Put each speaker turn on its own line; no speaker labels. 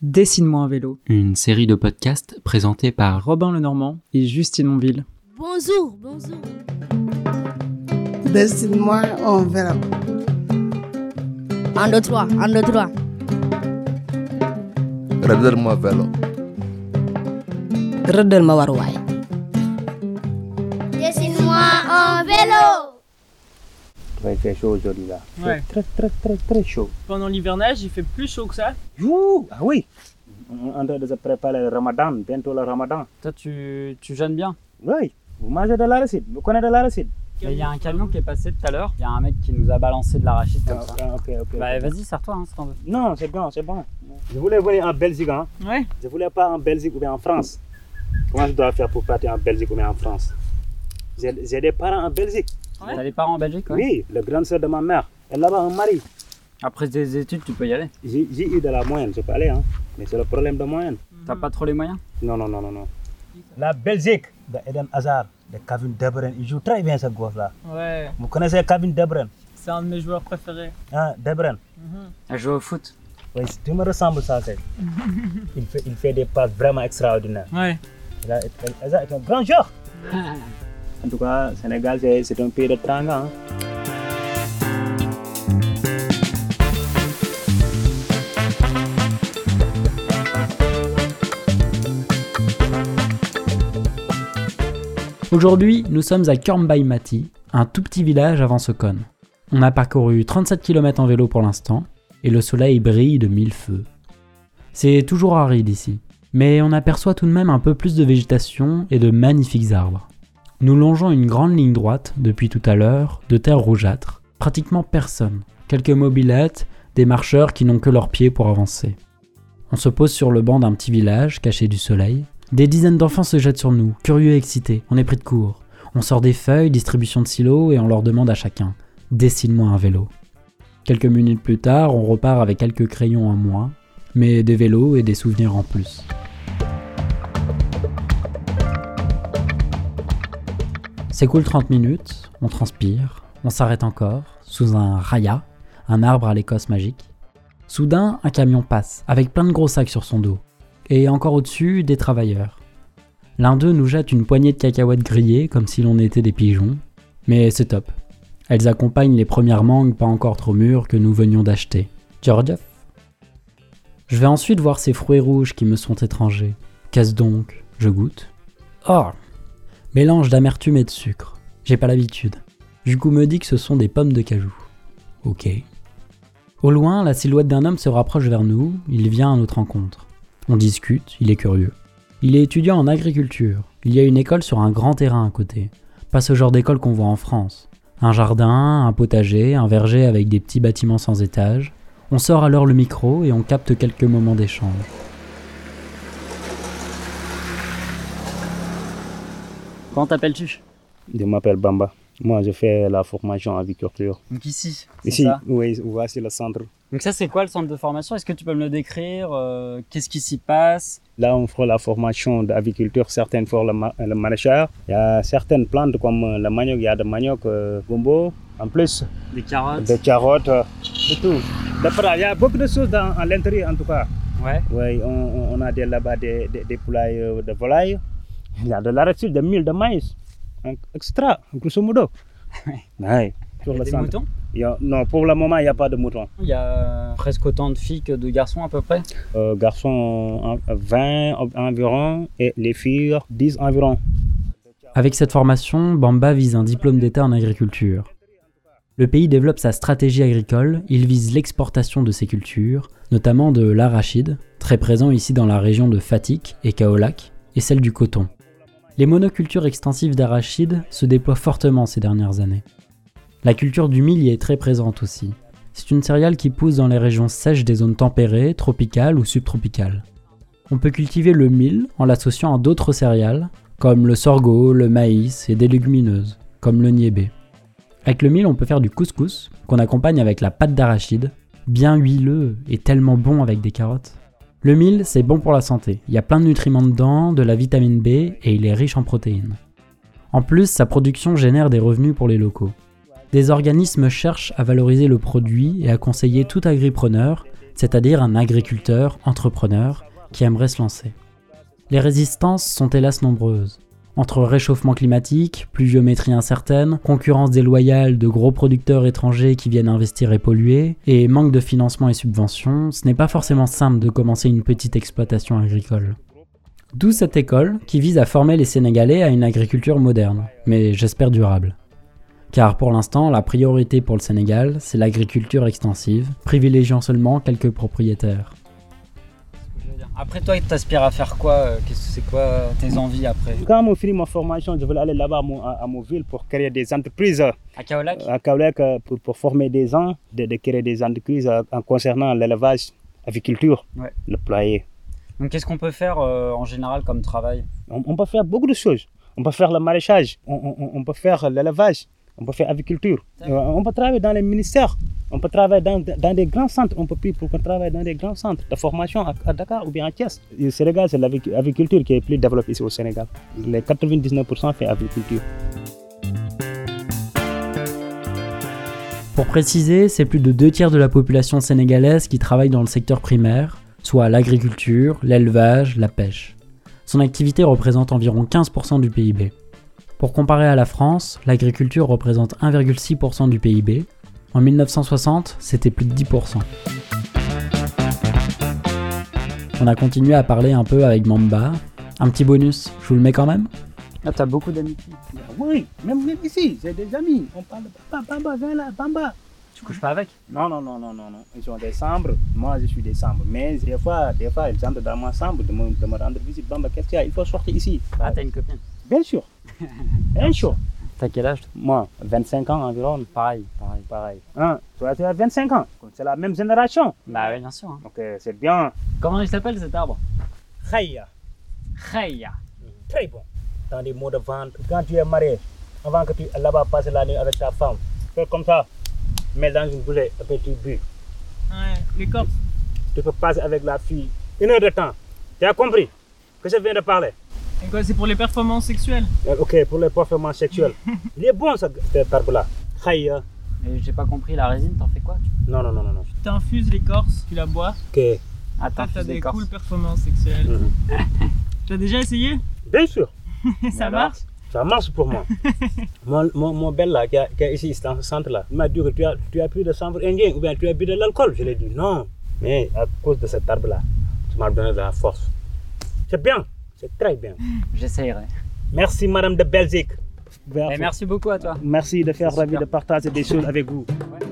Dessine-moi un vélo,
Une série de podcasts présentés par
Robin Lenormand et Justine Monville.
Bonjour, bonjour.
Dessine-moi un vélo.
Un, deux, trois, un, deux, trois.
Regarde-moi vélo.
Rëddal ma waruwaay.
Dessine-moi un vélo.
Ouais, il fait chaud aujourd'hui là.
Ouais.
Très très très très chaud.
Pendant l'hivernage, il fait plus chaud que ça.
Ouh, ah oui. On est en train de se préparer le ramadan, bientôt le ramadan.
Toi, tu, tu jeûnes bien.
Oui, vous mangez de la recette, vous connaissez de la recette.
Mais il y a un camion qui est passé tout à l'heure. Il y a un mec qui nous a balancé de l'arachide comme ça.
Ah, ok, ok, ok.
Bah vas-y, sers-toi hein, si t'en veux.
Non, c'est bon, c'est bon. Je voulais venir en Belgique, hein.
Ouais.
Je voulais pas en Belgique ou bien en France. Comment je dois faire pour partir en Belgique ou bien en France J'ai j'ai des parents en Belgique.
Ouais.
T'as des parents en Belgique, ouais.
Oui, la grande sœur de ma mère. Elle là-bas un mari.
Après tes études, tu peux y aller.
J'ai j'ai eu de la moyenne, je peux aller, hein. Mais c'est le problème de moyenne.
T'as
Hmm.
pas trop les moyens
Non, non, non, non, non. La Belgique de Eden Hazard, de Kevin De Bruyne, il joue très bien ce gosse-là.
Ouais,
Vous connaissez Kevin De Bruyne
c'est un de mes joueurs préférés.
hein, De Bruyne
À jouer au foot.
Oui, tu me ressembles ça, c'est. il, fait, il fait des passes vraiment extraordinaires.
Ouais.
Il a- Eden Hazard est un grand joueur. En tout cas, Sénégal, c'est c'est un pays de tanga. hein.
Aujourd'hui, nous sommes à Kormbaïmati, un tout petit village avant Sokon. On a parcouru 37 km en vélo pour l'instant, et le soleil brille de mille feux. C'est toujours aride ici, mais on aperçoit tout de même un peu plus de végétation et de magnifiques arbres. Nous longeons une grande ligne droite depuis tout à l'heure, de terre rougeâtre. Pratiquement personne. Quelques mobilettes, des marcheurs qui n'ont que leurs pieds pour avancer. On se pose sur le banc d'un petit village caché du soleil. Des dizaines d'enfants se jettent sur nous, curieux et excités. On est pris de court. On sort des feuilles, distribution de silos, et on leur demande à chacun Dessine-moi un vélo. Quelques minutes plus tard, on repart avec quelques crayons en moins, mais des vélos et des souvenirs en plus. S'écoule 30 minutes, on transpire, on s'arrête encore, sous un raya, un arbre à l'écosse magique. Soudain, un camion passe, avec plein de gros sacs sur son dos. Et encore au-dessus, des travailleurs. L'un d'eux nous jette une poignée de cacahuètes grillées, comme si l'on était des pigeons. Mais c'est top. Elles accompagnent les premières mangues pas encore trop mûres que nous venions d'acheter. Georgiev Je vais ensuite voir ces fruits rouges qui me sont étrangers. Qu'est-ce donc Je goûte. Oh Mélange d'amertume et de sucre. J'ai pas l'habitude. Juku me dit que ce sont des pommes de cajou. Ok. Au loin, la silhouette d'un homme se rapproche vers nous, il vient à notre rencontre. On discute, il est curieux. Il est étudiant en agriculture, il y a une école sur un grand terrain à côté. Pas ce genre d'école qu'on voit en France. Un jardin, un potager, un verger avec des petits bâtiments sans étage. On sort alors le micro et on capte quelques moments d'échange.
Comment t'appelles-tu
Je m'appelle Bamba. Moi, je fais la formation en agriculture.
Donc ici. c'est
Ici,
ça
oui, voici le centre.
Donc ça, c'est quoi le centre de formation Est-ce que tu peux me le décrire Euh, Qu'est-ce qui s'y passe
Là, on fait la formation d'agriculture, certaines fois le, ma- le maraîchage. Il y a certaines plantes comme euh, le manioc, il y a de manioc, euh, gombo. En plus,
Des carottes
des carottes, euh, et tout. Des paras. il y a beaucoup de choses dans, à l'intérieur en tout cas.
Ouais.
Oui, on, on- on a des- là-bas des, des, des poulailles, euh, des volailles. Il y a de l'arachide, de mille, de maïs, hein, etc. Grosso modo. Ouais. Sur
Et
le
des
centre.
moutons
Il y a- non, pour le moment, il n'y a pas de moutons.
Il y a euh, presque autant de filles que de garçons à peu près.
Euh, garçons en- 20 environ et les filles 10 environ.
Avec cette formation, Bamba vise un diplôme d'État en agriculture. Le pays développe sa stratégie agricole, il vise l'exportation de ses cultures, notamment de l'arachide, très présent ici dans la région de Fatik et Kaolac, et celle du coton. Les monocultures extensives d'arachide se déploient fortement ces dernières années. La culture du mil y est très présente aussi. C'est une céréale qui pousse dans les régions sèches des zones tempérées, tropicales ou subtropicales. On peut cultiver le mil en l'associant à d'autres céréales, comme le sorgho, le maïs et des légumineuses, comme le niébé. Avec le mil, on peut faire du couscous, qu'on accompagne avec la pâte d'arachide, bien huileux et tellement bon avec des carottes. Le mil, c'est bon pour la santé, il y a plein de nutriments dedans, de la vitamine B et il est riche en protéines. En plus, sa production génère des revenus pour les locaux. Des organismes cherchent à valoriser le produit et à conseiller tout agripreneur c'est-à-dire un agriculteur, entrepreneur, qui aimerait se lancer. Les résistances sont hélas nombreuses. Entre réchauffement climatique, pluviométrie incertaine, concurrence déloyale de gros producteurs étrangers qui viennent investir et polluer, et manque de financement et subventions, ce n'est pas forcément simple de commencer une petite exploitation agricole. D'où cette école qui vise à former les Sénégalais à une agriculture moderne, mais j'espère durable. Car pour l'instant, la priorité pour le Sénégal, c'est l'agriculture extensive, privilégiant seulement quelques propriétaires.
Après, toi, t'aspires à faire quoi euh, Qu'est-ce que c'est quoi tes envies après
Quand on finit ma formation, je voulais aller là-bas à mon, à- à mon ville pour créer des entreprises euh,
À Kaolack
à Kaolack euh, pour, pour former des gens, de, de créer des entreprises euh, en concernant l'élevage, l'aviculture,
Ouais.
le poulailler.
Donc, qu'est-ce qu'on peut faire euh, en général comme travail
On, on peut faire beaucoup de choses. On peut faire le maraîchage, on, on- on peut faire l'élevage, on peut faire l'agriculture. Euh, on peut travailler dans les ministères, on peut travailler dans, dans des grands centres. On peut plus pour qu'on travaille dans des grands centres de formation à, à Dakar ou bien à Thiès. Le Sénégal, c'est l'avic- l'agriculture qui est plus développée ici au Sénégal. Les 99% fait agriculture.
Pour préciser, c'est plus de deux tiers de la population sénégalaise qui travaille dans le secteur primaire, soit l'agriculture, l'élevage, la pêche. Son activité représente environ 15% du PIB. Pour comparer à la France, l'agriculture représente 1,6% du PIB. En 1960, c'était plus de 10%. On a continué à parler un peu avec Mamba. Un petit bonus, je vous le mets quand même
Ah, t'as beaucoup d'amitié.
Oui, même, même ici, j'ai des amis. On parle de Bamba, Bamba, viens hein, là, Bamba.
Tu couches pas avec
Non, non, non, non, non, non. Ils sont des chambres. Moi, je suis des chambres. Mais des fois, des fois, ils entrent dans ma chambre de me, de me rendre visite. Bamba, qu'est-ce qu'il y a Il faut sortir ici.
Ah, t'as une copine.
Bien sûr. Bien sûr.
T'as quel âge
Moi, 25 ans environ.
Pareil, pareil, pareil.
Hein, toi, tu as 25 ans. C'est la même génération.
Bah ouais, bien sûr. hein.
Donc, euh, c'est bien.
Comment il s'appelle cet arbre
Khaya,
Khaya.
très bon. Dans les mots de vente, quand tu es marié, avant que tu ailles là-bas passer la nuit avec ta femme, fais comme ça. Mets dans une bouteille, et puis tu bu.
Ouais, l'écorce.
Tu peux passer avec la fille une heure de temps. Tu as compris que je viens de parler
Et quoi, c'est pour les performances sexuelles
Euh, Ok, pour les performances sexuelles. Il est bon, ce cet arbre-là. Khaya.
Mais j'ai pas compris, la résine, t'en fais quoi tu-
Non, non, non, non, non.
T'infuses l'écorce, tu la bois,
Ok.
Ah,
t'as
t'infuses
des
l'écorce.
cool performances sexuelles.
Mhm.
T'as déjà essayé
Bien sûr. Mais
Ça
alors,
marche
Ça marche pour moi. mon, mon, mon bel là, qui est ici dans ce centre là, il m'a dit que tu as, tu as pris de chanvre indien ou bien tu as bu de l'alcool. Je lui ai dit non. Mais à cause de cet arbre là, tu m'as donné de la force. C'est bien, c'est très bien.
J'essayerai.
Merci Madame de Belgique.
Mais merci beaucoup à toi.
Merci de faire
C'est super.
ravi de partager des choses avec vous.
Ouais.